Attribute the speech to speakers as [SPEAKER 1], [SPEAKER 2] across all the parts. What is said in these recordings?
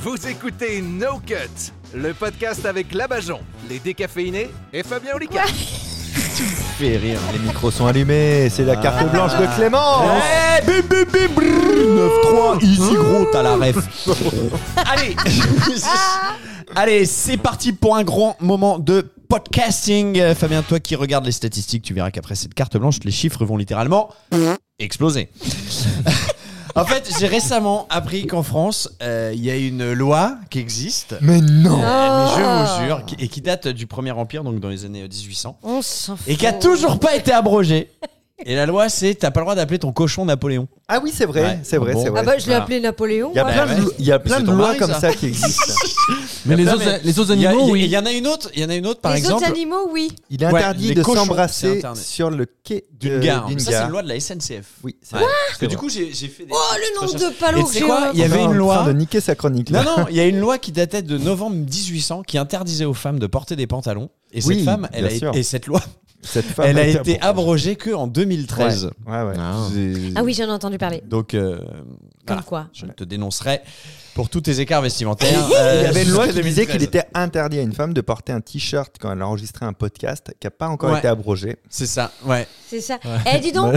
[SPEAKER 1] Vous écoutez No Cut, le podcast avec Labajon, les décaféinés et Fabien Olicard.
[SPEAKER 2] fait rire. Les micros sont allumés, c'est la
[SPEAKER 3] Ah.
[SPEAKER 2] carte blanche de Clément.
[SPEAKER 3] Eh, bim, bim, bim, brrr, 9-3, easy gros, t'as la ref. Allez, allez, c'est parti pour un grand moment de podcasting. Euh, Fabien, toi qui regardes les statistiques, tu verras qu'après cette carte blanche, les chiffres vont littéralement exploser. En fait, j'ai récemment appris qu'en France, euh, il y a une loi qui existe,
[SPEAKER 2] Mais non.
[SPEAKER 3] euh, mais je vous
[SPEAKER 4] Ah.
[SPEAKER 3] jure, qui- et qui date du Premier Empire, donc dans les années 1800,
[SPEAKER 4] On s'en fout.
[SPEAKER 3] et qui a toujours pas été abrogée. Et la loi, c'est t'as pas le droit d'appeler ton cochon Napoléon.
[SPEAKER 2] Ah oui, c'est vrai,
[SPEAKER 3] Ouais.
[SPEAKER 2] c'est vrai,
[SPEAKER 3] Bon.
[SPEAKER 2] c'est vrai.
[SPEAKER 4] Ah bah je l'ai
[SPEAKER 3] Voilà.
[SPEAKER 4] appelé Napoléon.
[SPEAKER 2] Il y a
[SPEAKER 4] moi.
[SPEAKER 2] plein
[SPEAKER 3] ouais.
[SPEAKER 2] de, il y a plein
[SPEAKER 3] c'est
[SPEAKER 2] de
[SPEAKER 3] ton
[SPEAKER 2] lois
[SPEAKER 3] mari,
[SPEAKER 2] comme
[SPEAKER 3] ça.
[SPEAKER 2] ça qui existent.
[SPEAKER 5] Mais les
[SPEAKER 3] Non,
[SPEAKER 5] autres,
[SPEAKER 3] mais-
[SPEAKER 5] les autres
[SPEAKER 3] Il y, a-
[SPEAKER 5] animaux,
[SPEAKER 3] il y a-
[SPEAKER 5] oui.
[SPEAKER 3] il y en a une autre, il y en a une autre par
[SPEAKER 4] les
[SPEAKER 3] exemple.
[SPEAKER 4] autres animaux, oui.
[SPEAKER 2] Il est
[SPEAKER 3] Ouais,
[SPEAKER 2] interdit
[SPEAKER 3] les
[SPEAKER 2] de
[SPEAKER 3] cochons, c'est
[SPEAKER 2] s'embrasser
[SPEAKER 3] interdit.
[SPEAKER 2] sur le quai de-
[SPEAKER 3] D'une gare.
[SPEAKER 2] d'une
[SPEAKER 3] Euh, Mais ça, c'est
[SPEAKER 2] gare.
[SPEAKER 3] une loi de la SNCF.
[SPEAKER 2] Oui, c'est
[SPEAKER 3] Ouais.
[SPEAKER 2] vrai.
[SPEAKER 3] Parce que du coup, j'ai j'ai fait des.
[SPEAKER 4] Oh le nombre
[SPEAKER 3] recherches.
[SPEAKER 4] de palos
[SPEAKER 3] Et
[SPEAKER 4] que
[SPEAKER 3] tu sais
[SPEAKER 4] j'ai
[SPEAKER 3] quoi
[SPEAKER 4] eu.
[SPEAKER 3] Il y avait
[SPEAKER 2] On est
[SPEAKER 3] une
[SPEAKER 2] en
[SPEAKER 3] loi.
[SPEAKER 2] train de niquer sa chronique.
[SPEAKER 3] Non,
[SPEAKER 2] Là.
[SPEAKER 3] non, il y a une loi qui datait de novembre 1800 qui interdisait aux femmes de porter des pantalons. Et cette
[SPEAKER 2] Oui,
[SPEAKER 3] femme, elle
[SPEAKER 2] bien
[SPEAKER 3] a,
[SPEAKER 2] sûr.
[SPEAKER 3] et cette loi,
[SPEAKER 2] Cette femme
[SPEAKER 3] elle a
[SPEAKER 2] était
[SPEAKER 3] été
[SPEAKER 2] abro-
[SPEAKER 3] abrogée que en 2013.
[SPEAKER 2] Ouais, ouais.
[SPEAKER 3] Ah.
[SPEAKER 2] C'est-
[SPEAKER 4] Ah oui, j'en ai entendu parler.
[SPEAKER 3] Donc, euh,
[SPEAKER 4] Comme
[SPEAKER 3] voilà.
[SPEAKER 4] quoi.
[SPEAKER 3] je te dénoncerai pour tous tes écarts vestimentaires.
[SPEAKER 2] euh,
[SPEAKER 3] Euh,
[SPEAKER 2] Il y avait une loi qui
[SPEAKER 3] jusqu'à
[SPEAKER 2] disait
[SPEAKER 3] 2013.
[SPEAKER 2] qu'il était interdit à une femme de porter un t-shirt quand elle enregistrait un podcast qui n'a pas encore
[SPEAKER 3] Ouais.
[SPEAKER 2] été abrogé.
[SPEAKER 3] C'est ça, ouais.
[SPEAKER 4] C'est ça. Eh, dis donc, euh,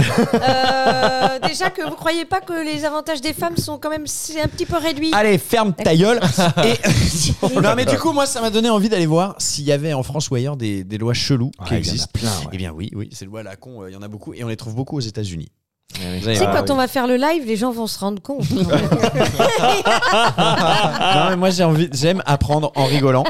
[SPEAKER 4] déjà que vous croyez pas que les avantages des femmes sont quand même c'est un petit peu réduits.
[SPEAKER 3] Allez, ferme ta gueule. Et... non, mais du coup, moi, ça m'a donné envie d'aller voir s'il y avait en France ou ailleurs des, des lois cheloues
[SPEAKER 2] Ah,
[SPEAKER 3] qui
[SPEAKER 2] il y en a
[SPEAKER 3] existent.
[SPEAKER 2] plein, ouais.
[SPEAKER 3] Eh bien, oui, oui, ces lois à la con, euh, il y en a beaucoup et on les trouve beaucoup aux États-Unis. Vous
[SPEAKER 4] Tu
[SPEAKER 2] Ah
[SPEAKER 3] allez
[SPEAKER 4] sais,
[SPEAKER 3] voir.
[SPEAKER 4] quand on va faire le live, les gens vont se rendre compte.
[SPEAKER 3] Non, mais moi, j'ai envie, j'aime apprendre en rigolant.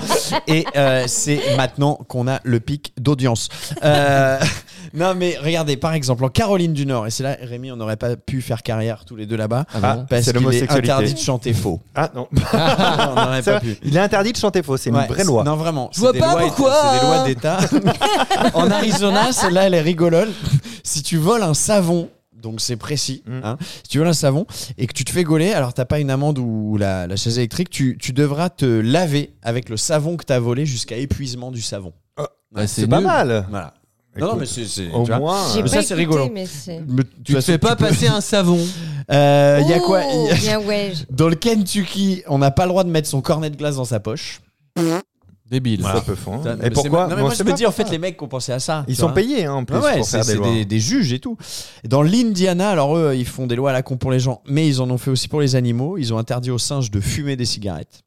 [SPEAKER 3] Et euh, c'est maintenant qu'on a le pic d'audience. Euh, non, mais regardez, par exemple, en Caroline du Nord, et c'est là, Rémi, on n'aurait pas pu faire carrière tous les deux là-bas.
[SPEAKER 2] Ah, bon
[SPEAKER 3] parce
[SPEAKER 2] c'est
[SPEAKER 3] qu'il est
[SPEAKER 2] l'homosexualité.
[SPEAKER 3] interdit de chanter faux.
[SPEAKER 2] Ah non,
[SPEAKER 3] on n'aurait
[SPEAKER 2] C'est vrai.
[SPEAKER 3] pas pu.
[SPEAKER 2] il est interdit de chanter faux, c'est
[SPEAKER 3] Ouais,
[SPEAKER 2] une vraie
[SPEAKER 3] c'est-
[SPEAKER 2] loi.
[SPEAKER 3] Non, vraiment. Je
[SPEAKER 4] vois pas pourquoi. hein.
[SPEAKER 3] C'est des lois d'État. en Arizona, celle-là, elle est rigolote. Si tu voles un savon, donc c'est précis,
[SPEAKER 2] Mm.
[SPEAKER 3] hein, si tu voles un savon et que tu te fais gauler, alors t'as pas une amende ou la, la chaise électrique, tu, tu devras te laver avec le savon que t'as volé jusqu'à épuisement du savon.
[SPEAKER 5] Bah,
[SPEAKER 2] C'est pas
[SPEAKER 5] nul.
[SPEAKER 2] mal.
[SPEAKER 3] Voilà. non, non, mais c'est. c'est-
[SPEAKER 2] Au
[SPEAKER 3] tu vois.
[SPEAKER 2] moins.
[SPEAKER 4] J'ai
[SPEAKER 2] euh,
[SPEAKER 4] pas
[SPEAKER 3] ça, c'est
[SPEAKER 4] écouté,
[SPEAKER 3] rigolo.
[SPEAKER 4] mais c'est.
[SPEAKER 3] Mais de
[SPEAKER 5] Tu
[SPEAKER 3] toute
[SPEAKER 5] te
[SPEAKER 3] façon,
[SPEAKER 5] fais pas
[SPEAKER 3] peux-
[SPEAKER 5] passer un savon.
[SPEAKER 3] Euh, Il y a quoi
[SPEAKER 4] Oh,
[SPEAKER 3] il y a-
[SPEAKER 4] Bien ouais.
[SPEAKER 3] Dans le Kentucky, on n'a pas le droit de mettre son cornet de glace dans sa poche.
[SPEAKER 5] Débile.
[SPEAKER 2] Ça peut hein. fond.
[SPEAKER 3] Ça, mais
[SPEAKER 2] Et
[SPEAKER 3] c'est
[SPEAKER 2] pourquoi
[SPEAKER 3] ma- non, mais
[SPEAKER 2] Bon,
[SPEAKER 3] moi,
[SPEAKER 2] c'est
[SPEAKER 3] je me
[SPEAKER 2] pas-
[SPEAKER 3] dis, en fait, les mecs qui ont pensé à ça.
[SPEAKER 2] Ils
[SPEAKER 3] tu
[SPEAKER 2] sont
[SPEAKER 3] vois.
[SPEAKER 2] payés hein, en plus
[SPEAKER 3] Ah ouais,
[SPEAKER 2] pour
[SPEAKER 3] c'est
[SPEAKER 2] faire des
[SPEAKER 3] c'est
[SPEAKER 2] lois.
[SPEAKER 3] des, des juges et tout. Dans l'Indiana, alors eux, ils font des lois à la con pour les gens, mais ils en ont fait aussi pour les animaux. Ils ont interdit aux singes de fumer des cigarettes.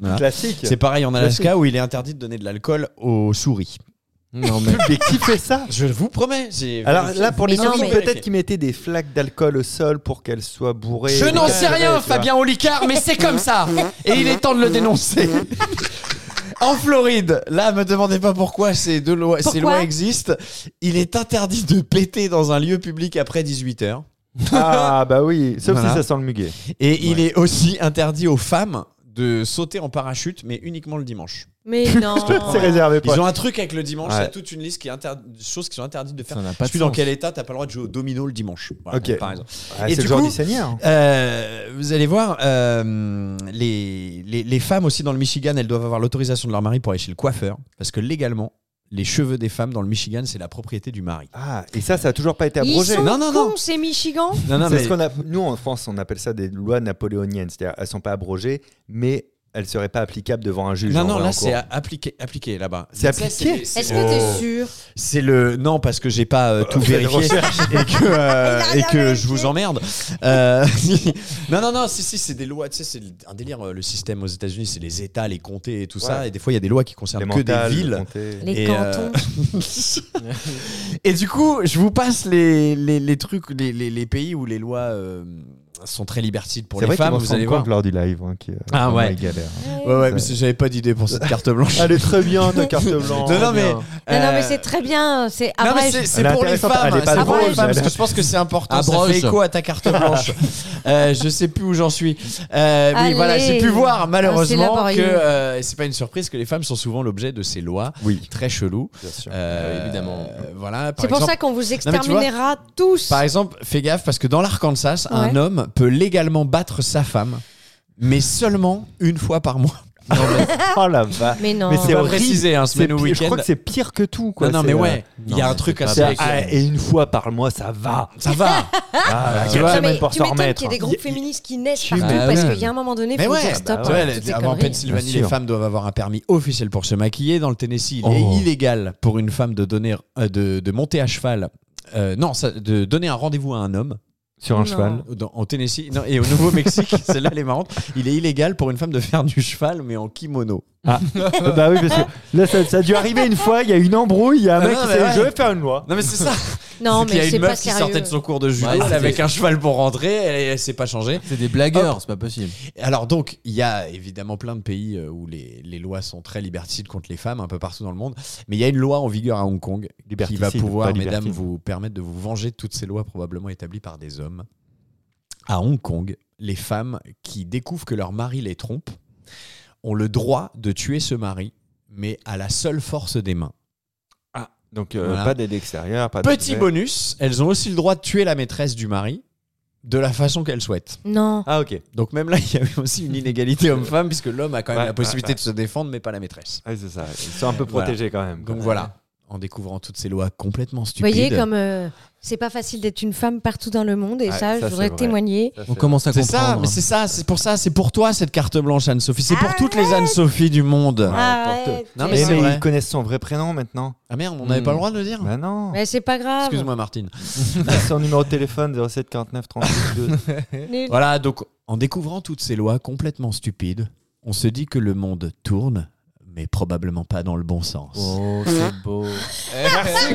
[SPEAKER 3] Voilà.
[SPEAKER 2] Classique.
[SPEAKER 3] C'est pareil en Alaska où il est interdit de donner de l'alcool aux souris.
[SPEAKER 5] Non, mais.
[SPEAKER 2] Mais qui fait ça
[SPEAKER 3] Je vous promets. j'ai
[SPEAKER 2] Alors
[SPEAKER 3] vérifié.
[SPEAKER 2] là, pour les
[SPEAKER 4] Mais non,
[SPEAKER 2] souris,
[SPEAKER 4] mais-
[SPEAKER 2] peut-être qu'ils mettaient des flaques d'alcool au sol pour qu'elles soient bourrées.
[SPEAKER 3] Je
[SPEAKER 2] et
[SPEAKER 3] n'en
[SPEAKER 2] les
[SPEAKER 3] sais
[SPEAKER 2] capturer,
[SPEAKER 3] rien,
[SPEAKER 2] tu vois.
[SPEAKER 3] Fabien Olicard, mais c'est comme ça. Et il est temps de le dénoncer. En Floride, là, me demandez pas pourquoi ces deux lois, ces
[SPEAKER 4] Pourquoi
[SPEAKER 3] lois existent. Il est interdit de péter dans un lieu public après 18 h
[SPEAKER 2] Ah bah oui, sauf
[SPEAKER 3] Voilà. Oh.
[SPEAKER 2] si ça sent le muguet.
[SPEAKER 3] Et il est aussi interdit aux femmes de sauter en parachute, mais uniquement le dimanche.
[SPEAKER 4] Mais non.
[SPEAKER 2] C'est réservé
[SPEAKER 3] Ils
[SPEAKER 2] pour.
[SPEAKER 3] ont un truc avec le dimanche,
[SPEAKER 2] Ouais.
[SPEAKER 3] il y a toute une liste qui est inter- de choses qui sont interdites de faire.
[SPEAKER 5] Ça n'a
[SPEAKER 3] Je
[SPEAKER 5] pas de
[SPEAKER 3] suis dans
[SPEAKER 5] sens.
[SPEAKER 3] quel état t'as pas le droit de jouer au domino le dimanche. Voilà,
[SPEAKER 2] Ok.
[SPEAKER 3] par exemple.
[SPEAKER 2] Ah,
[SPEAKER 3] Et
[SPEAKER 2] c'est
[SPEAKER 3] du
[SPEAKER 2] le genre
[SPEAKER 3] coup-
[SPEAKER 2] du Seigneur.
[SPEAKER 3] Euh, vous allez voir, euh, les, les, les femmes aussi dans le Michigan, elles doivent avoir l'autorisation de leur mari pour aller chez le coiffeur, parce que légalement, les cheveux des femmes dans le Michigan, c'est la propriété du mari.
[SPEAKER 2] Ah, et ça, ça a toujours pas été
[SPEAKER 4] Ils
[SPEAKER 2] abrogé.
[SPEAKER 4] sont
[SPEAKER 3] Non, non, non.
[SPEAKER 4] cons, ces Michigans.
[SPEAKER 3] Non, non,
[SPEAKER 2] C'est
[SPEAKER 3] mais-
[SPEAKER 2] ce qu'on a- Nous, en France, on appelle ça des lois napoléoniennes. C'est-à-dire, elles sont pas abrogées, mais elles seraient pas applicables devant un juge.
[SPEAKER 3] non,
[SPEAKER 2] en
[SPEAKER 3] non,
[SPEAKER 2] vrai, en
[SPEAKER 3] là
[SPEAKER 2] cours.
[SPEAKER 3] c'est a- appliqué, appliqué là-bas.
[SPEAKER 2] C'est
[SPEAKER 3] Ça,
[SPEAKER 2] appliqué
[SPEAKER 3] c'est-
[SPEAKER 4] Est-ce
[SPEAKER 3] c'est-
[SPEAKER 4] que
[SPEAKER 2] Oh.
[SPEAKER 4] t'es sûr
[SPEAKER 3] C'est le non parce que j'ai pas euh, tout
[SPEAKER 2] Fais des
[SPEAKER 3] vérifié et que euh,
[SPEAKER 4] Il
[SPEAKER 3] et
[SPEAKER 4] a rien
[SPEAKER 3] que je
[SPEAKER 4] vérifié.
[SPEAKER 3] vous emmerde. Euh, non non non si si c'est des lois tu sais c'est un délire euh, le système aux États-Unis c'est les États les comtés et tout ça
[SPEAKER 2] Ouais.
[SPEAKER 3] et des fois il y a des lois qui
[SPEAKER 2] Les
[SPEAKER 3] concernent que
[SPEAKER 2] mentales,
[SPEAKER 3] des
[SPEAKER 2] le
[SPEAKER 3] villes.
[SPEAKER 2] comté.
[SPEAKER 4] Les
[SPEAKER 3] Et, euh,
[SPEAKER 4] cantons.
[SPEAKER 3] et du coup je vous passe les les, les trucs les, les, les pays où les lois euh, sont très liberticides pour
[SPEAKER 2] C'est
[SPEAKER 3] les
[SPEAKER 2] vrai qu'ils
[SPEAKER 3] femmes
[SPEAKER 2] vont
[SPEAKER 3] vous
[SPEAKER 2] se
[SPEAKER 3] allez
[SPEAKER 2] rendre
[SPEAKER 3] voir.
[SPEAKER 2] compte lors du live. hein, qui, euh,
[SPEAKER 3] Ah,
[SPEAKER 2] vraiment,
[SPEAKER 3] ouais.
[SPEAKER 2] ils galèrent.
[SPEAKER 3] Ouais ouais mais c'est- j'avais pas d'idée pour cette carte blanche.
[SPEAKER 2] Elle est très bien, ta carte blanche.
[SPEAKER 3] non non mais
[SPEAKER 4] Oh, Non, non, mais
[SPEAKER 3] euh,
[SPEAKER 4] c'est très bien. C'est
[SPEAKER 3] Non, mais
[SPEAKER 4] abrège.
[SPEAKER 3] c'est- c'est
[SPEAKER 2] Elle est
[SPEAKER 3] pour les
[SPEAKER 2] intéressante,
[SPEAKER 3] femmes. hein,
[SPEAKER 2] elle est pas
[SPEAKER 3] C'est pour les
[SPEAKER 4] drôle,
[SPEAKER 3] femmes,
[SPEAKER 2] elle.
[SPEAKER 3] parce que je pense que c'est important. Ça
[SPEAKER 5] Abroge.
[SPEAKER 3] fait écho à ta carte blanche. Euh, je sais plus où j'en suis. Euh, oui,
[SPEAKER 4] Allez.
[SPEAKER 3] voilà, j'ai pu voir malheureusement
[SPEAKER 4] Ah, c'est
[SPEAKER 3] que
[SPEAKER 4] laborieux.
[SPEAKER 3] euh, et c'est pas une surprise que les femmes sont souvent l'objet de ces lois
[SPEAKER 2] Oui,
[SPEAKER 3] très cheloues.
[SPEAKER 2] bien sûr.
[SPEAKER 3] Euh,
[SPEAKER 5] Euh, évidemment.
[SPEAKER 3] euh, voilà. Par
[SPEAKER 4] C'est pour
[SPEAKER 3] exemple,
[SPEAKER 4] ça qu'on vous
[SPEAKER 3] vois-
[SPEAKER 4] exterminera tous.
[SPEAKER 3] par exemple, fais gaffe parce que dans l'Arkansas, un
[SPEAKER 4] Ouais.
[SPEAKER 3] homme peut légalement battre sa femme, mais seulement une fois par mois.
[SPEAKER 5] Non, mais,
[SPEAKER 2] Oh la va.
[SPEAKER 4] Mais non.
[SPEAKER 2] Mais
[SPEAKER 5] c'est
[SPEAKER 2] horrible.
[SPEAKER 5] précisé, hein,
[SPEAKER 2] C'est
[SPEAKER 5] semaine ou
[SPEAKER 2] pire- Je
[SPEAKER 5] week-end.
[SPEAKER 2] crois que c'est pire que tout. Quoi.
[SPEAKER 5] non, non,
[SPEAKER 2] C'est,
[SPEAKER 5] mais
[SPEAKER 2] euh,
[SPEAKER 5] ouais, il y a
[SPEAKER 2] non,
[SPEAKER 5] un truc
[SPEAKER 2] c'est
[SPEAKER 5] assez.
[SPEAKER 2] pas- Ah, et une fois par mois, ça va.
[SPEAKER 5] Ça va.
[SPEAKER 2] Ah,
[SPEAKER 5] tu
[SPEAKER 2] tu
[SPEAKER 5] vois,
[SPEAKER 2] vois,
[SPEAKER 4] Non, mais
[SPEAKER 2] même pour
[SPEAKER 4] tu
[SPEAKER 2] s'en
[SPEAKER 4] m'étonnes
[SPEAKER 2] remettre.
[SPEAKER 4] qu'il y ait des groupes féministes qui naissent
[SPEAKER 2] Tu
[SPEAKER 4] partout
[SPEAKER 5] m'étonnes.
[SPEAKER 4] parce qu'il y a un moment donné, il
[SPEAKER 3] Mais
[SPEAKER 4] faut
[SPEAKER 3] ouais,
[SPEAKER 4] dire stop. hein.
[SPEAKER 2] bah
[SPEAKER 4] à
[SPEAKER 3] Ah Ouais,
[SPEAKER 4] toutes ces
[SPEAKER 3] avant en
[SPEAKER 4] conneries.
[SPEAKER 3] Pennsylvanie,
[SPEAKER 2] Bien
[SPEAKER 3] les
[SPEAKER 2] sûr.
[SPEAKER 3] femmes doivent avoir un permis officiel pour se maquiller. Dans le Tennessee, il est
[SPEAKER 5] Oh.
[SPEAKER 3] illégal pour une femme de, donner, euh, de, de monter à cheval. Euh, non, ça- de donner un rendez-vous à un homme
[SPEAKER 2] Sur un
[SPEAKER 4] Non.
[SPEAKER 2] cheval.
[SPEAKER 3] dans, au Tennessee non, et au Nouveau-Mexique, celle-là elle est marrante. Il est illégal pour une femme de faire du cheval mais en kimono.
[SPEAKER 2] Euh, bah oui, parce que là, ça, ça a dû arriver une fois. Il y a une embrouille. Il y a un
[SPEAKER 3] Ah
[SPEAKER 2] mec
[SPEAKER 3] non,
[SPEAKER 2] qui
[SPEAKER 3] mais
[SPEAKER 2] s'est
[SPEAKER 3] ouais.
[SPEAKER 2] dit Je vais faire une loi.
[SPEAKER 3] Non mais c'est ça.
[SPEAKER 4] Non,
[SPEAKER 3] c'est qu'il y a
[SPEAKER 4] mais
[SPEAKER 3] une
[SPEAKER 4] c'est
[SPEAKER 3] meuf
[SPEAKER 4] pas
[SPEAKER 3] qui
[SPEAKER 4] sérieux.
[SPEAKER 3] sortait de son cours de judo
[SPEAKER 5] Ouais,
[SPEAKER 3] elle
[SPEAKER 5] c'est-
[SPEAKER 3] avec un cheval pour rentrer, elle, elle s'est pas changée.
[SPEAKER 5] C'est des blagueurs, c'est pas possible.
[SPEAKER 3] Alors donc, il y a évidemment plein de pays euh, où les, les lois sont très liberticides contre les femmes, un peu partout dans le monde. Mais il y a une loi en vigueur à Hong Kong qui
[SPEAKER 2] Liberticide,
[SPEAKER 3] va
[SPEAKER 2] pas
[SPEAKER 3] pouvoir, mesdames,
[SPEAKER 2] libertine.
[SPEAKER 3] vous permettre de vous venger de toutes ces lois probablement établies par des hommes. À Hong Kong, les femmes qui découvrent que leur mari les trompe ont le droit de tuer ce mari, mais à la seule force des mains.
[SPEAKER 2] Donc, euh,
[SPEAKER 3] Voilà.
[SPEAKER 2] pas d'aide extérieure. Pas
[SPEAKER 3] Petit
[SPEAKER 2] d'aide-
[SPEAKER 3] bonus, elles ont aussi le droit de tuer la maîtresse du mari de la façon qu'elles souhaitent.
[SPEAKER 4] Non.
[SPEAKER 2] Ah, ok.
[SPEAKER 3] Donc même là, il y a eu aussi une inégalité homme-femme, puisque l'homme a quand même
[SPEAKER 2] Ouais,
[SPEAKER 3] la possibilité
[SPEAKER 2] ouais, ouais.
[SPEAKER 3] de se défendre, mais pas la maîtresse.
[SPEAKER 2] Ah, c'est ça. Ils sont un peu
[SPEAKER 3] Voilà.
[SPEAKER 2] protégés quand même. quoi.
[SPEAKER 3] Donc voilà, en découvrant toutes ces lois complètement
[SPEAKER 4] Vous
[SPEAKER 3] stupides.
[SPEAKER 4] voyez, comme euh, c'est pas facile d'être une femme partout dans le monde, et
[SPEAKER 2] Ouais,
[SPEAKER 4] ça,
[SPEAKER 2] ça,
[SPEAKER 4] je
[SPEAKER 2] c'est
[SPEAKER 4] voudrais
[SPEAKER 2] vrai.
[SPEAKER 4] témoigner.
[SPEAKER 2] Ça,
[SPEAKER 5] On
[SPEAKER 2] c'est-
[SPEAKER 5] commence à
[SPEAKER 3] C'est
[SPEAKER 5] comprendre. hein.
[SPEAKER 3] ça, mais c'est ça, c'est pour ça, c'est pour toi cette carte blanche Anne-Sophie, c'est pour toutes les Anne-Sophie du monde.
[SPEAKER 2] Ouais.
[SPEAKER 4] Ah Arrête.
[SPEAKER 3] Non,
[SPEAKER 2] Eh,
[SPEAKER 3] c'est
[SPEAKER 2] mais
[SPEAKER 3] vrai.
[SPEAKER 2] ils connaissent son vrai prénom maintenant.
[SPEAKER 3] Ah merde, on n'avait
[SPEAKER 5] Hmm.
[SPEAKER 3] pas le droit de le dire
[SPEAKER 2] Bah non.
[SPEAKER 4] Mais c'est pas grave.
[SPEAKER 3] Excuse-moi Martine.
[SPEAKER 2] Son numéro de téléphone 07 49 38 12.
[SPEAKER 4] Nul.
[SPEAKER 3] Voilà, donc en découvrant toutes ces lois complètement stupides, on se dit que le monde tourne, mais probablement pas dans le bon sens.
[SPEAKER 5] Oh, c'est beau.
[SPEAKER 1] Merci